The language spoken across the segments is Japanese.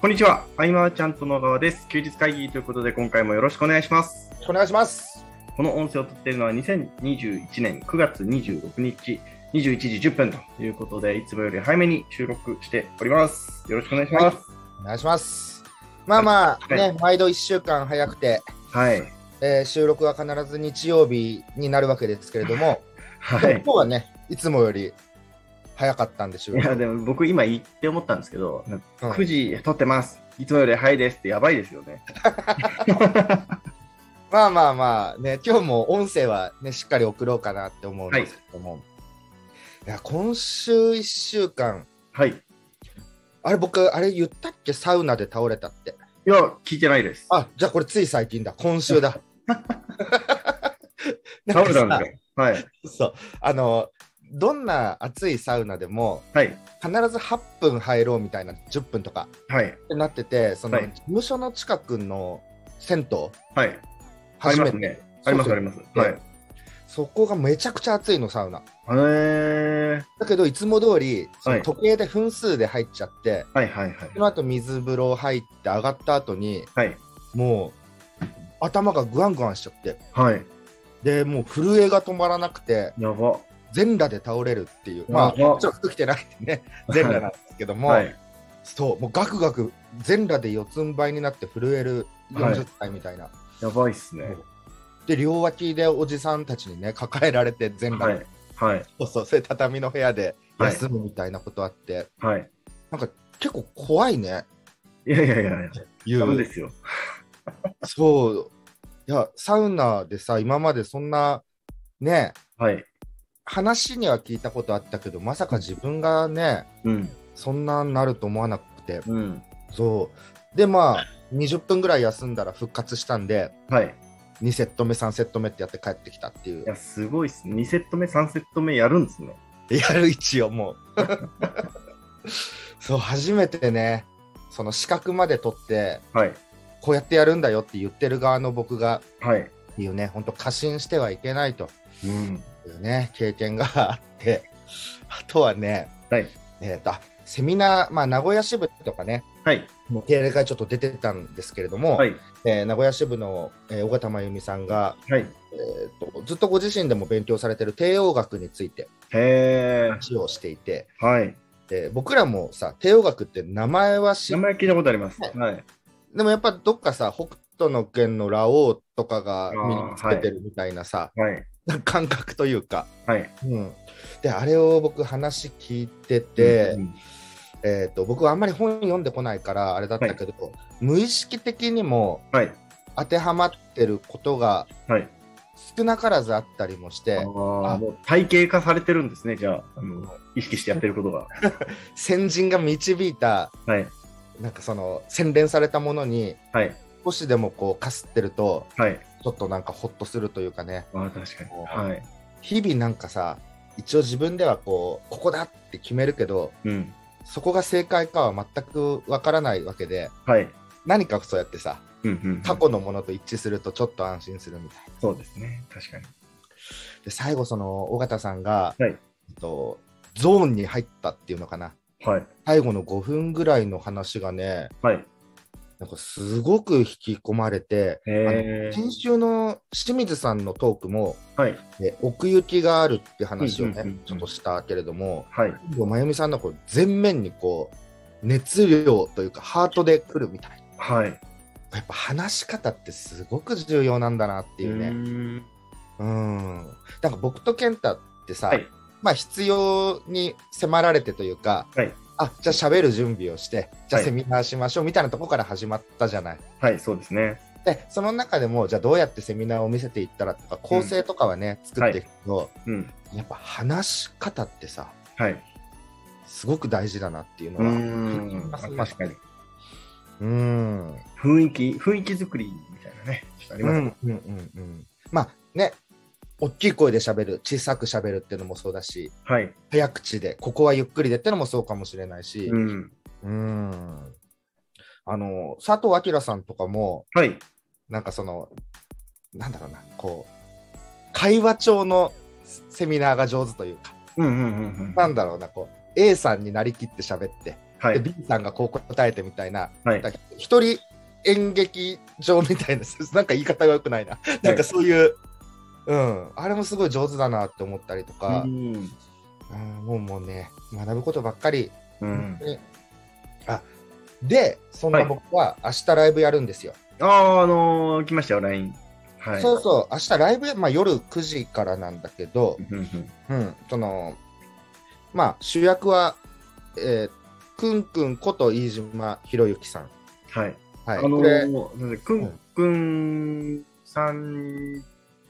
こんにちは、アイマーちゃんと野川です。休日会議ということで、今回もよろしくお願いします。お願いします。この音声を撮っているのは2021年9月26日21時10分ということで、いつもより早めに収録しております。よろしくお願いします。お願いします。まあまあ、はいね、毎度1週間早くて、はい。えー収録は必ず日曜日になるわけですけれども、は今い日。はね、いつもより早かったんでしょいや、でも僕今言って思ったんですけど、なんかうん9時撮ってます。いつもより早いですってやばいですよね。まあまあまあ、ね、今日も音声はね、しっかり送ろうかなって思うんですけども、い、や、今週1週間、はい。いあれ僕、あれ言ったっけサウナで倒れたって。や、聞いてないです。あ、じゃあこれつい最近だ。今週 だ。倒れたんなですんかよ。はい。さそう。あの、どんな暑いサウナでも、はい。必ず8分入ろうみたいな10分とかはい。ってなっててそのはい事務所の近くの銭湯はい。あり初まめすて、ね。あります、あります。はい。へそこがめちゃくちゃ暑いのサウナー。だけどいつも通りそはのい時計で分数で入っちゃって、はいはいはい。その後水風呂入って上がった後にはい。もう頭がグワングワンしちゃってはい。でもう震えが止まらなくてやば。全裸で倒れるっていうまあやばもちょっと服着てないんでね全裸なんですけども、はい。そうもうガクガク全裸で四つん這いになって震える40歳みたいな、やばいっすね。で両脇でおじさんたちにね抱えられて全裸、はい。はい。そうそうそれ畳の部屋ではい休むみたいなことあって、はい。なんか結構怖いねいやいやいやいや、言ダメうですよ。そういやサウナでさ今までそんなねはい。話には聞いたことあったけどまさか自分がねうん。そんなになると思わなくてうん。そうでまあ20分ぐらい休んだら復活したんではい。 2セット目3セット目ってやって帰ってきたっていういや、すごいっすね。2セット目、3セット目やるんですね。やる一応 もうそう初めてねその資格まで取ってはい。こうやってやるんだよって言ってる側の僕がはい。っていうねほんと過信してはいけないとうん。いうね経験があってあとはね、はいえーとあセミナー、まあ、名古屋支部とかねはい。定例会ちょっと出てたんですけれども、はい。えー名古屋支部の、えー尾形真由美さんが、はい。えーとずっとご自身でも勉強されてる帝王学についてへ話をしていて、ー。はい。で僕らもさ帝王学って名前は知名っ前聞いたことあります。はいはい。でもやっぱどっかさ北斗の拳のラオウとかがあ身ーにつけてるみたいなさ、はい。感覚というか、はい。うん、であれを僕話聞いてて、うんえー、と僕はあんまり本読んでこないからあれだったけど、無意識的にもはい。当てはまってることがはい。少なからずあったりもしあてーもう体系化されてるんですね、じゃあ、あの意識してやってることが。先人が導いたはい。なんかその洗練されたものにはい。少しでもこうかすってるとはい。ちょっとなんかほっとするというかねあー確かに。はい。日々なんかさ一応自分ではこうここだって決めるけどうん。そこが正解かは全くわからないわけではい。何かそうやってさうんうんうん。過去のものと一致するとちょっと安心するみたいな。そうですね、確かに。で最後その尾形さんが、はいえっと、ゾーンに入ったっていうのかなはい。最後の5分ぐらいの話がねはい。なんかすごく引き込まれてへー先週の清水さんのトークも、はい。ね奥行きがあるって話をね、うんうんうんうんちょっとしたけれども、はい。まゆみさんのこう全面にこう熱量というかハートで来るみたいはい。っなやっぱ話し方ってすごく重要なんだなってていうねね。うんなんか僕と健太ってさ、はいまあ必要に迫られてというか、はいあじゃあ喋る準備をしてじゃはあいセミナーしましょうみたいなとこから始まったじゃない。はい、そうですね。でその中でもじゃあどうやってセミナーを見せていったらとか構成とかはね、作っていくけど、うん。やっぱ話し方ってさはい。すごく大事だなっていうのうはん。確かに。うん雰囲気、雰囲気作りみたいなね。ちょっとありうます。んうんうんうんまあね大きい声で喋る小さく喋るっていうのもそうだしはい。早口でここはゆっくりでってのもそうかもしれないし、うん。うーんあの佐藤明さんとかもはい。なんかそのなんだろうなこう会話調のセミナーが上手というかうんうんうんうん。なんだろうなこう A さんになりきって喋ってはでい。 B さんがこう答えてみたいな、はいだから一人演劇場みたいな、 なんか言い方がよくないな、なんかそういう、うん、あれもすごい上手だなって思ったりとか、うんうんもうもうね、学ぶことばっかり、うん。あで、そんな僕は明日ライブやるんですよ。ああ、あのー、来ましたよ、LINE。はい。そうそう、明日ライブ、まあ、夜9時からなんだけど、うんうんうん、その、まあ、主役は、えーくんくんこと飯島博之さん。はい。はい、あのこれ、ー、なんでくんくんさん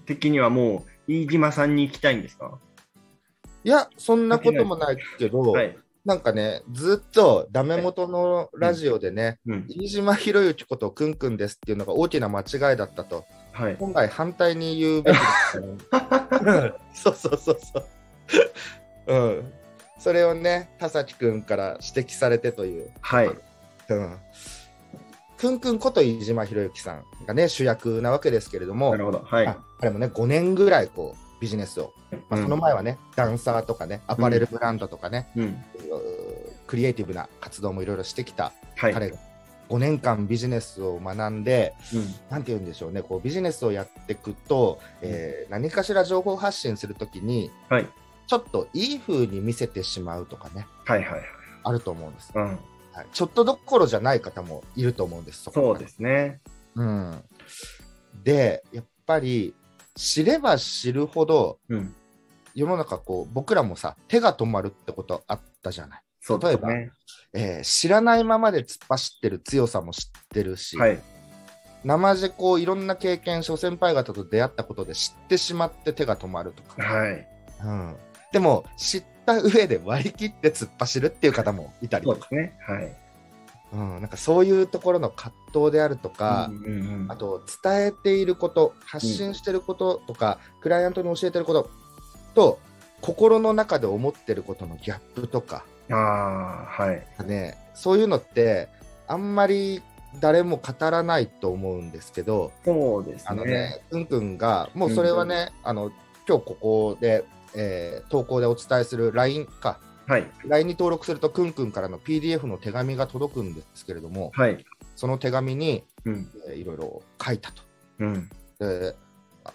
的にはもう、飯島さんに行きたいんですかいや、そんなこともないけど、はい。なんかね、ずっとダメ元のラジオでね、うん。飯島博之ことくんくんですっていうのが大きな間違いだったと、はい。今回反対に言うべきだった ねうんそうそうそうそう。うん。それをね、田崎くんから指摘されてという。はい。うん。くんくんこと飯島博之さんがね、主役なわけですけれども、なるほど。はい。ああれもね、5年ぐらいこうビジネスを、まあ、うんその前はね、ダンサーとかね、アパレルブランドとかね、うん。うークリエイティブな活動もいろいろしてきたはい。彼が、5年間ビジネスを学んで、うんなんて言うんでしょうね、こうビジネスをやっていくと、えー何かしら情報発信するときに、はいちょっといい風に見せてしまうとかね、はいはいはい。あると思うんです。うん。はい、ちょっとどころじゃない方もいると思うんです、そこそうはねですね。うん、で、やっぱり知れば知るほど、うん。世の中こう、僕らもさ、手が止まるってことあったじゃない。そうですね。えー知らないままで突っ走ってる強さも知ってるし、はい。生地こういろんな経験、諸先輩方と出会ったことで知ってしまって手が止まるとか、はい。うん、でも知った上で割り切って突っ走るっていう方もいたりそうとでか、すね。はい。うん、なんかそういうところの葛藤であるとか、うんうんうんあと伝えていること、発信してることとか、クライアントに教えてることと、心の中で思ってることのギャップとか、ああ、はい。ね、そういうのって、あんまり誰も語らないと思うんですけど、そうですあのね。ね、くんくんが、もうそれはね、あの今日ここで、えー投稿でお伝えする LINE か、はい。 LINE に登録すると、くんくんからの PDF の手紙が届くんですけれども、はい。その手紙に、うん。えーいろいろ書いたと。うん。で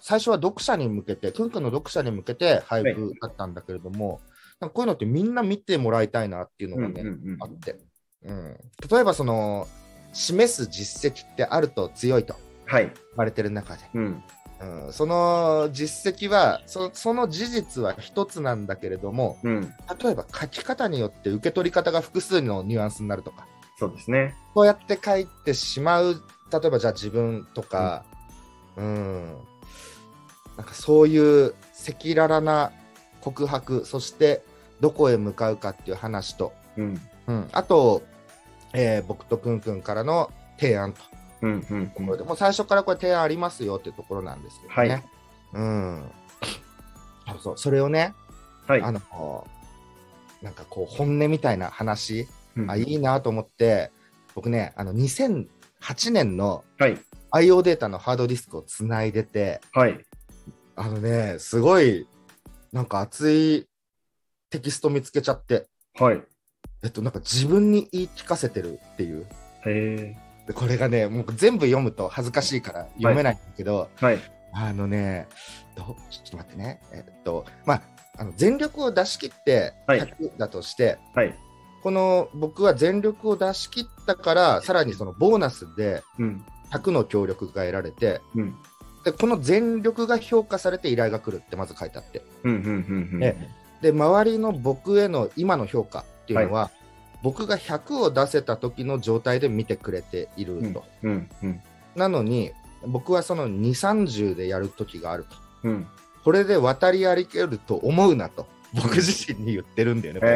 最初は読者に向けて、くんくんの読者に向けて配布だったんだけれども、なんかこういうのってみんな見てもらいたいなっていうのうん。うがんね、うんあって、うん、例えばその示す実績ってあると強いとはい。言われてる中で、うん。うん、その実績はそその事実は一つなんだけれどもうん。例えば書き方によって受け取り方が複数のニュアンスになるとかそうですね。こうやって書いてしまう例えばじゃあ自分とか、うん、なんかそういう赤裸々な告白そしてどこへ向かうかっていう話とうん。うん、あと、えー僕とくんくんからの提案とうん。うん。これで、もう最初からこれ提案ありますよっていうところなんですけどね。はいうん。そうそう、それをね、はい。あの、なんかこう、本音みたいな話、うんあいいなと思って、僕ね、あの、2008年のはい。 IO データのハードディスクをつないでて、はい。あのね、すごい、なんか熱いテキスト見つけちゃって、はい。へえっと、なんか自分に言い聞かせてるっていう。え。でこれがね、もう全部読むと恥ずかしいから読めないんだけど、はい。あのねど、ちょっと待ってね、えっと、まあ、あの全力を出し切ってはい100だとして、はい。この僕は全力を出し切ったから、さらにそのボーナスでうん。 100の協力が得られて、うん。でこの全力が評価されて依頼が来るってまず書いてあって、うん。うん。うん。ねで周りの僕への今の評価っていうのは、僕が100を出せた時の状態で見てくれていると。うん。うん。うん。なのに、僕はその2、30でやる時があると。うん。これで渡り歩けると思うなと、僕自身に言ってるんだよね。これ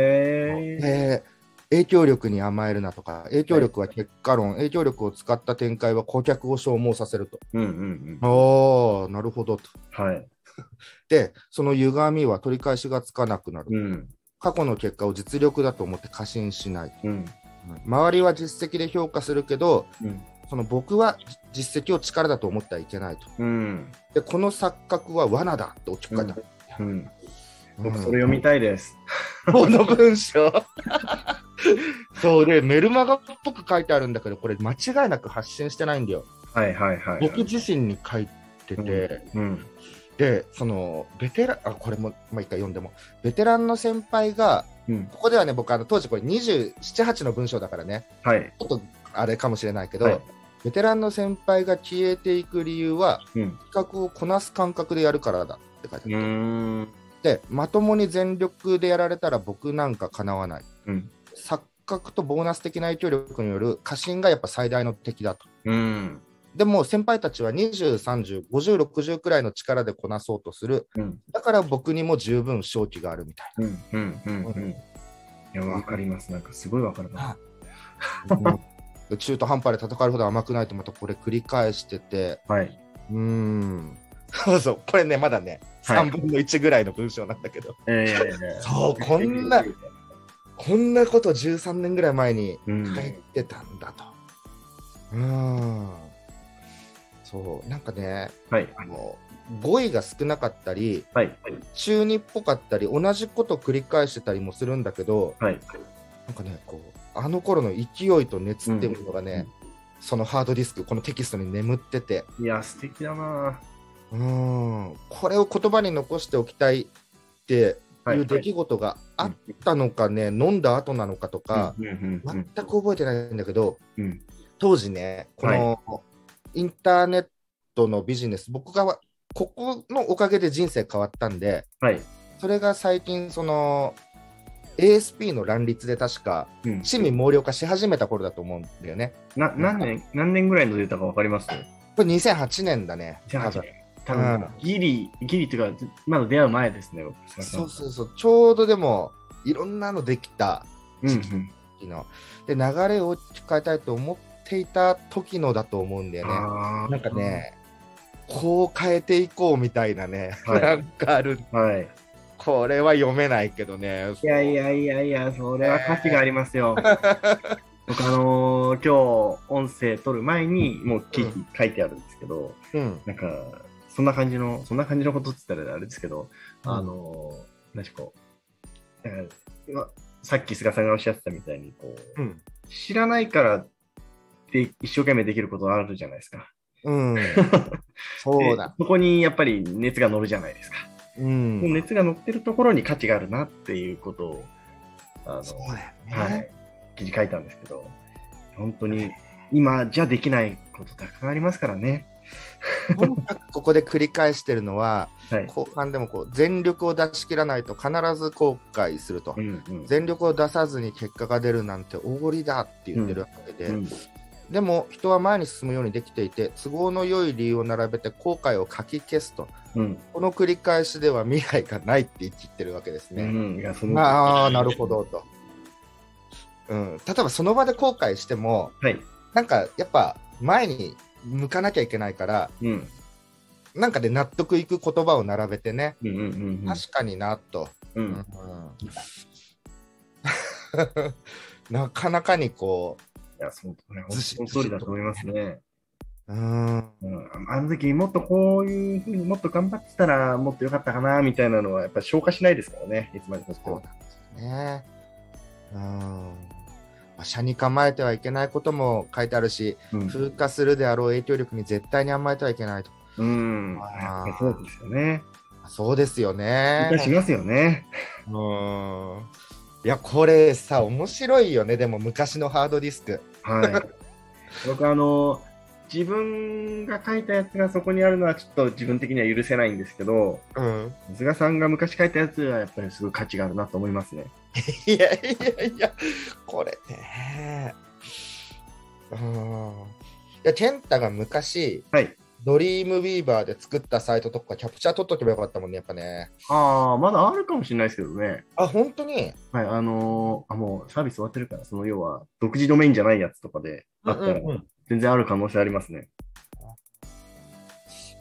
へえ。で影響力に甘えるなとか、影響力は結果論、影響力を使った展開は顧客を消耗させると。うん。うん。ああ、なるほどと。はい。で、その歪みは取り返しがつかなくなる。うん。過去の結果を実力だと思って過信しない。うん。周りは実績で評価するけど、うん。その僕は実績を力だと思ってはいけないと。うん。で、この錯覚は罠だって大きく書いてある。うん。うん僕、それ読みたいです。この文章 そうで、メルマガっぽく書いてあるんだけど、これ間違いなく発信してないんだよ。はいはいはい。僕自身に書いてて、うん。で、その、ベテラン、あ、これも、まあ、一回読んでも、ベテランの先輩が、うん。ここではね、僕、あの、当時これ27、8の文章だからね、はい。ちょっとあれかもしれないけど、はいベテランの先輩が消えていく理由は、うん。企画をこなす感覚でやるからだって書いてあうる。ーん。で、まともに全力でやられたら僕なんか叶わない。うん。錯覚とボーナス的な影響力による過信がやっぱ最大の敵だと。うん。でも先輩たちは20、30、50、60くらいの力でこなそうとする。うん。だから僕にも十分勝機がある みたいうん。うん。うん。うん。いや、わかります。なんかすごいわかるな。な。で中途半端で戦うほど甘くないとまたこれ繰り返してて、はい。うーん。 そうそう、これね、まだね、はい3分の1ぐらいの文章なんだけど、ええそうこんなこんなこと13年ぐらい前にうん。書いてたんだと。うーん。そう、なんかね、はい。あの語彙が少なかったりはい。中二っぽかったり同じこと繰り返してたりもするんだけどはい。なんかねこうあの頃の勢いと熱っていうのがね、そのハードディスクこのテキストに眠ってていや、素敵だなうーんこれを言葉に残しておきたいってはいいう出来事があったのかね、飲んだ後なのかとか、うんうんうん全く覚えてないんだけどうん。当時ねこのインターネットのビジネス僕がここのおかげで人生変わったんで、はい。それが最近、その ASP の乱立で確か、うん。市民毛量化し始めた頃だと思うんだよね。な、何年、何年ぐらいのデータかわかりますこれ2008年だね。じゃあ、多分多分、ギリ、ギリというか、まだ出会う前ですね、僕。そうそうそう、ちょうどでも、いろんなのできたうんうん。時の。で、流れを変えたいと思っていた時のだと思うんだよね。あーなんか。ね、こう変えていこうみたいなね、はい なんかある。はい。これは読めないけどね。いやいやいやいや、それは価値があります よ。僕、あのー今日、音声取る前に、もう記事書いてあるんですけど、うん。なんか、そんな感じの、そんな感じのことって言ったらあれですけど、あのー、なんかこう、なんか今さっき菅さんがおっしゃってたみたいに、こう、うん。知らないからで一生懸命できることあるじゃないですか。 うん。そうだ。でそこにやっぱり熱が乗るじゃないですか。うん。その熱が乗ってるところに価値があるなっていうことを、あの、そうだよね。はい、記事書いたんですけど、本当に今じゃできないことたくさんありますからね。とにかくここで繰り返してるのは、はい。後半でもこう全力を出し切らないと必ず後悔するとう、んうん全力を出さずに結果が出るなんておごりだって言ってるわけで、うんでも人は前に進むようにできていて、都合の良い理由を並べて後悔を書き消すと、うんこの繰り返しでは未来がないって言い切ってるわけですうね。ん。いや、そのああ、なるほど。と、うん。例えばその場で後悔しても、はい。なんかやっぱ前に向かなきゃいけないから、うん。なんかで納得いく言葉を並べてね、うんうんうんうん。確かになと、うん。なかなかにこいや、そうね。ずしその通りだと思いますね。う、うん、うん、あの時もっとこういうふうにもっと頑張ってたらもっと良かったかなみたいなのはやっぱ消化しないですからね、いつまでたってそうも。なんですよね。うんまあ、社に構えてはいけないことも書いてあるし、うん風化するであろう影響力に絶対に甘えてはいけないと。うん、あーやっぱそうですよね。そうですよいねた。しますよね。うんいや、これさ、面白いよね、でも昔のハードディスク。はい。僕あの自分が書いたやつがそこにあるのはちょっと自分的には許せないんですけど、うん、菅さんが昔書いたやつはやっぱりすごい価値があるなと思いますね。いやいやいや、これね。うん。いや、健太が昔、はい。ドリームビーバーで作ったサイトとか、キャプチャー撮っとけばよかったもんね、やっぱね。ああ、まだあるかもしれないですけどね。あ、本当にはい、あのーあ、もうサービス終わってるから、その要は、独自ドメインじゃないやつとかであったらうんうんうん、全然ある可能性ありますね。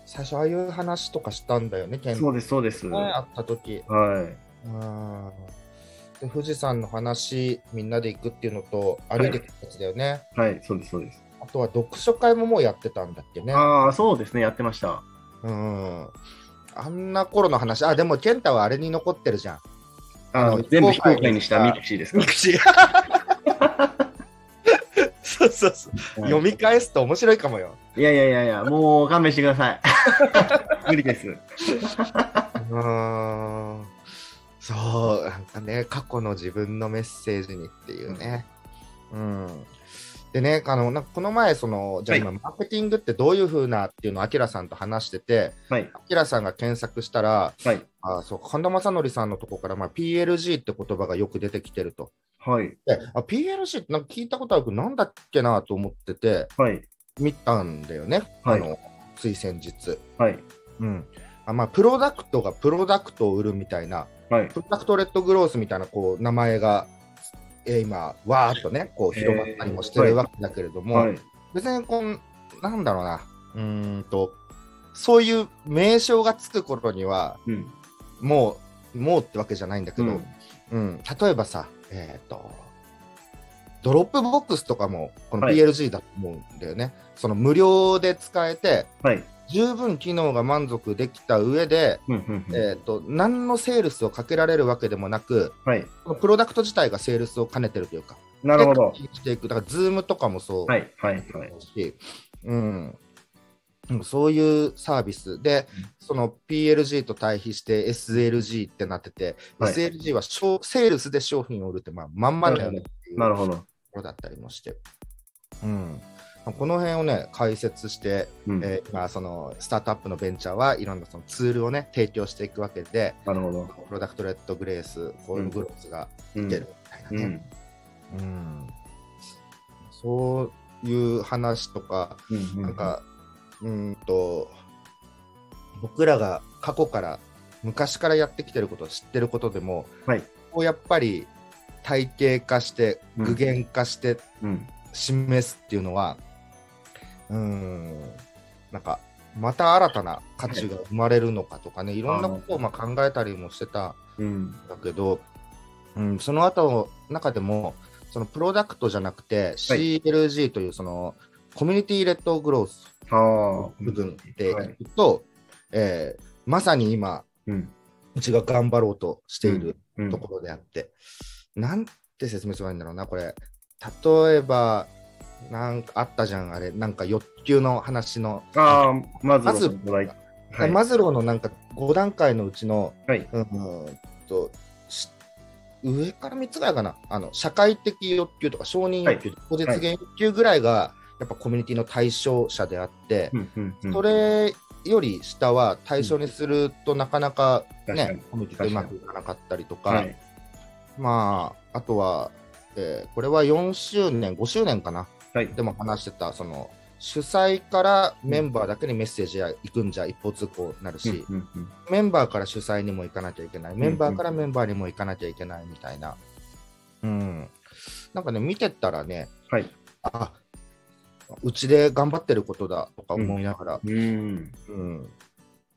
最初、ああいう話とかしたんだよね、健太そうです、そうです。がねは会った時。い。うん。で、富士山の話、みんなで行くっていうのと、歩いてくやつだよね。はい、そうです、そうです。あとは、読書会ももうやってたんだっけね。ああ、そうですね、やってました。うん。あんな頃の話、あ、でも健太はあれに残ってるじゃん。ああのの、全部非公開にした非公開にしたミクシーですか口そうそうそう。 読み返すと面白いかもよ。いやいやいやいや、もう勘弁してください。無理です。うーん。そう、なんかね、過去の自分のメッセージにっていうね。うん。でね、あの、なんかこの前、その、じゃあ今、はマーケティングってどういうふうなっていうのを、アキラさんと話してて、はい。アキラさんが検索したら、はい。あそう、神田正則さんのとこから、まあ、PLG って言葉がよく出てきてると。はい。で、あ PLG ってなんか聞いたことあるけど、なんだっけなと思ってて、はい。見たんだよね、はいあの、つい先日。はい。うん。あまあ、プロダクトがプロダクトを売るみたいな、はい。プロダクトレッドグロースみたいなこう名前が、えー今、わーっとね、こう広まったりもしてるわけだけれども、はい。別にこん、なんだろうな、うーんと、そういう名称がつく頃には、うん。もう、もうってわけじゃないんだけど、ううんん例えばさ、えっ、と、ドロップボックスとかも、このはい PLG だと思うんだよね。その無料で使えて、はい。十分機能が満足できた上で、うんうんうんえっ、と、何のセールスをかけられるわけでもなく、はい。このプロダクト自体がセールスを兼ねてるというか、なるほどで。していく、だから、ズームとかもそうはだい。はい。はい。し、うん、うんそういうサービスで、その PLG と対比して SLG ってなってて、はい SLG は商セールスで商品を売るって、まあ、まんまだよねっていうなとるほど。ころだったりもして、うん、この辺をね、解説して、うん。なえー今、そのスタートアップのベンチャーはいろんなそのツールをね、提供していくわけで、るほど。プロダクトレッドグレース、フォームグロースがう出ん。るみたいなね。うん。うん、そういう話とか、うん。なんか、うーんと、僕らが過去から、昔からやってきてること、知ってることでも、はいこうやっぱり体系化して、うん具現化してうん。示すっていうのは、うーん、なんか、また新たな価値が生まれるのかとかね、いろんなことをまあ考えたりもしてた。うん。だけど、うん、その後の中でも、そのプロダクトじゃなくて、CLG というそのコミュニティレッドグロースはあ。部分ではいいくと、えーまさに今、うん。うちが頑張ろうとしているうんところであって、なんて説明すればいいんだろうな、これ。例えば、なんかあったじゃん、あれ、なんか欲求の話の、ああ、まず、まずはい。はい。マズローのなんか5段階のうちの、はい。うんうんとし上から3つぐらいかなあの、社会的欲求とか承認欲求、個実現欲求ぐらいが、やっぱコミュニティの対象者であって、うんうんうんそれより下は対象にするとなかなか確かにね、コミュニティとうまくいかなかったりとか、はい。まあ、あとは、えーこれは4周年、5周年かな、はい。でも話してた、その主催からメンバーだけにメッセージが行くんじゃ一方通行になるし、うんうんうんメンバーから主催にも行かなきゃいけない、メンバーからメンバーにも行かなきゃいけないみたいな、うん、なんかね、見てたらね、はい。あうちで頑張ってることだとか思いながら、うん。うん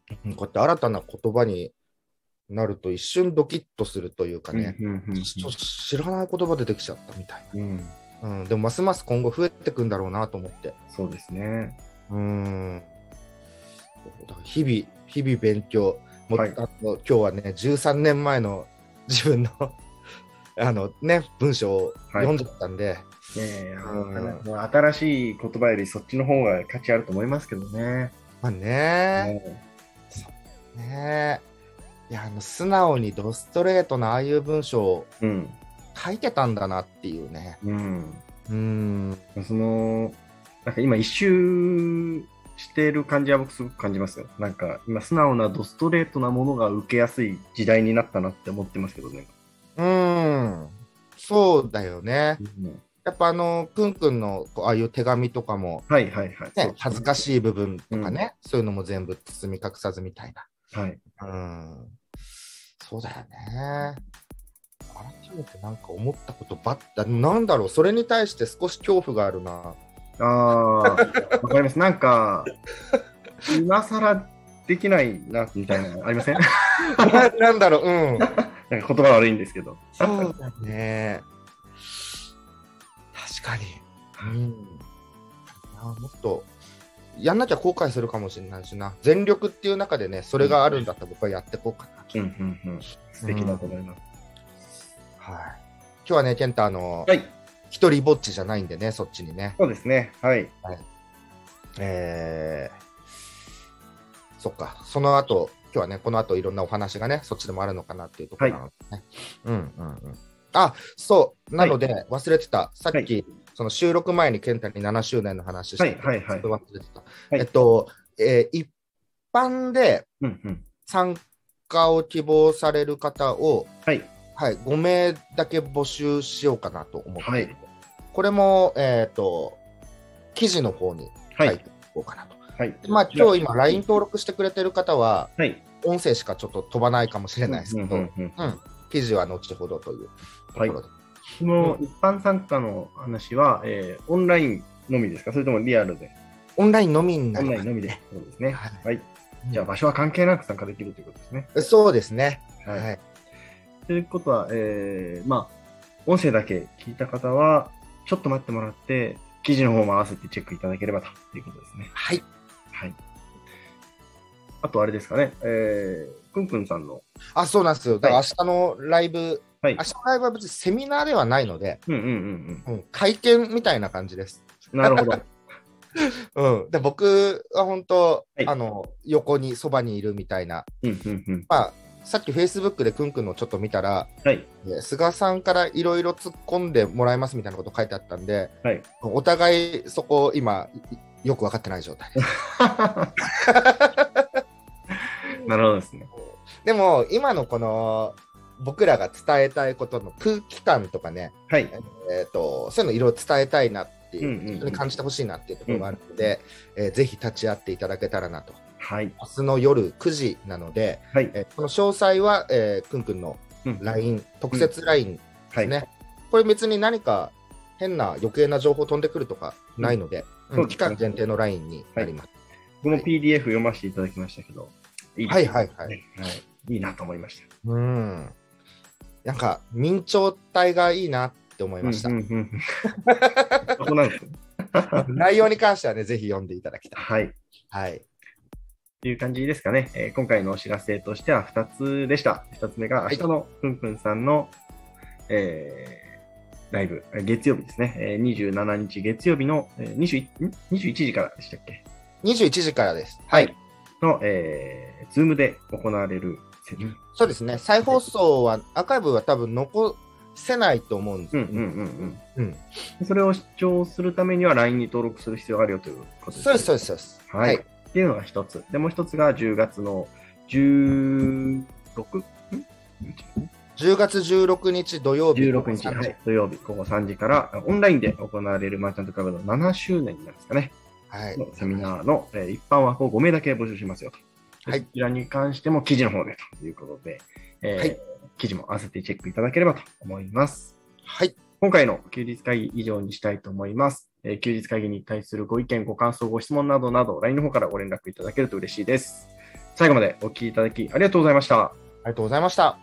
こうやって新たな言葉になると、一瞬ドキッとするというかね、うんうんうんうんちょっと知らない言葉出てきちゃったみたいうん。な、うん、でもますます今後増えてくんだろうなと思って。そうですね。うんだから日々、日々勉強、もうはいあの今日はね、13年前の自分の あの、ね、文章を読んじゃったんで、ねえあうんのもう新しい言葉よりそっちの方が価値あると思いますけどね。まあねねねいやあの素直にドストレートなああいう文章をうん。書いてたんだなっていうね。うん。うんその、なんか今一周してる感じは僕すごく感じますよ。なんか今素直なドストレートなものが受けやすい時代になったなって思ってますけどね。うんそうだよね。うんやっぱあの、くんくんのこうああいう手紙とかも、はいはいはい。ね、恥ずかい。しい部分とかね、そういうのも全部包み隠さずみたいはい。な。うん。そうだよね。改めてなんか思ったことばっだ、なんだろう、それに対して少し恐怖がある な。ああ、わかります。なんか、今更できないな、みたいな、あり ませんなんかななんだろう、うん。言葉悪いんですけど。そうだね。確かに。うん。あもっと、やんなきゃ後悔するかもしれないしな。全力っていう中でね、それがあるんだったら僕はやってこうかな。うんうんうん。素敵だと思います。はい。今日はね、健太、あの、はい。一人ぼっちじゃないんでね、そっちにね。そうですね。はい。えー、そっか、その後、今日はね、この後いろんなお話がね、そっちでもあるのかなっていうところなのでね。うんうんうん。あ、そう、なので、忘れてた、さっき、はいその収録前に健太に7周年の話して、はいはいはいちょっと忘れてた。はいえっと、えー一般でうんうん。参加を希望される方を、はい。はい、5名だけ募集しようかなと思って、はいこれも、えっと、記事の方には書い。いていこうかなと。はい。まあ、今日今、LINE 登録してくれてる方は、はい。音声しかちょっと飛ばないかもしれないですけど、ううんうんんうん記事は後ほどというところで。その一般参加の話は、えーオンラインのみですかそれともリアルでオンラインのみにオなンりラインますのみで。そうですね。ははい。じゃあ場所は関係なく参加できるということですね。そうですね。はい。はい。ということは、えーまあ、音声だけ聞いた方は、ちょっと待ってもらって、記事の方も合わせてチェックいただければということですね。はい。はい。あと、あれですかね、えー、くんくんさんの、あ、そうなんですよ。だから明日のライブ、はい明。日のライブは別にセミナーではないので、うんうんうんうん、会見みたいな感じです。うん。なるほ ど。うん。で、僕は本当、はいあの、横に、そばにいるみたいな。うんうんうん。まあ、さっき Facebook でくんくんのちょっと見たら、はい。で菅さんからいろいろ突っ込んでもらいますみたいなこと書いてあったんで、はいお互いそこ今いよく分かってない状態なるほどですね。でも今のこの僕らが伝えたいことの空気感とかね、はい。えー、とそういうのいろいろ伝えたいなっていう,、うんうんうんに感じてほしいなっていうところがあるので、えーぜひ立ち会っていただけたらなとはい。明日の夜9時なので、はい。えーこの詳細は、えーくんくんのうん。 LINE、特設 LINE はい。ね、これ別に何か変な余計な情報飛んでくるとかないので、うんうん期間限定のラインになります。この PDF 読ませていただきましたけど、いいですはねい、はいははい、い。いいなと思いました。うん。なんか、明朝体がいいなって思いました。うんうんうん、そこなんです ね。 内容に関してはね、ぜひ読んでいただきたい。はい。はい。という感じですかね、えー今回のお知らせとしては2つでした。1つ目がはい明日のくんくんさんの、えーライブ、えー月曜日ですね、えー27日月曜日の、えー21ん21時からでしたっけ21時からです。はい。はいの、えー、ズームで行われるセミナーそうですね。再放送は、アーカイブは多分残せないと思うんですうんよ、うんうんうんうん。それを視聴するためには LINE に登録する必要があるよということです、そうです、そうです、そうです。はい。っていうのが一つ。で、もう一つが10月の 16? ん10月16日土曜日。 16日、はい、土曜日午後3時からあオンラインで行われるマーチャントクラブの7周年になるんですかね、はい。のセミナーの、えー一般枠を5名だけ募集しますよと。ではいこちらに関しても記事の方でということで、えーはい記事も合わせてチェックいただければと思います。はい。今回の休日会議以上にしたいと思います。えー休日会議に対するご意見、ご感想、ご質問などなど、LINE の方からご連絡いただけると嬉しいです。最後までお聞きいただきありがとうございました。ありがとうございました。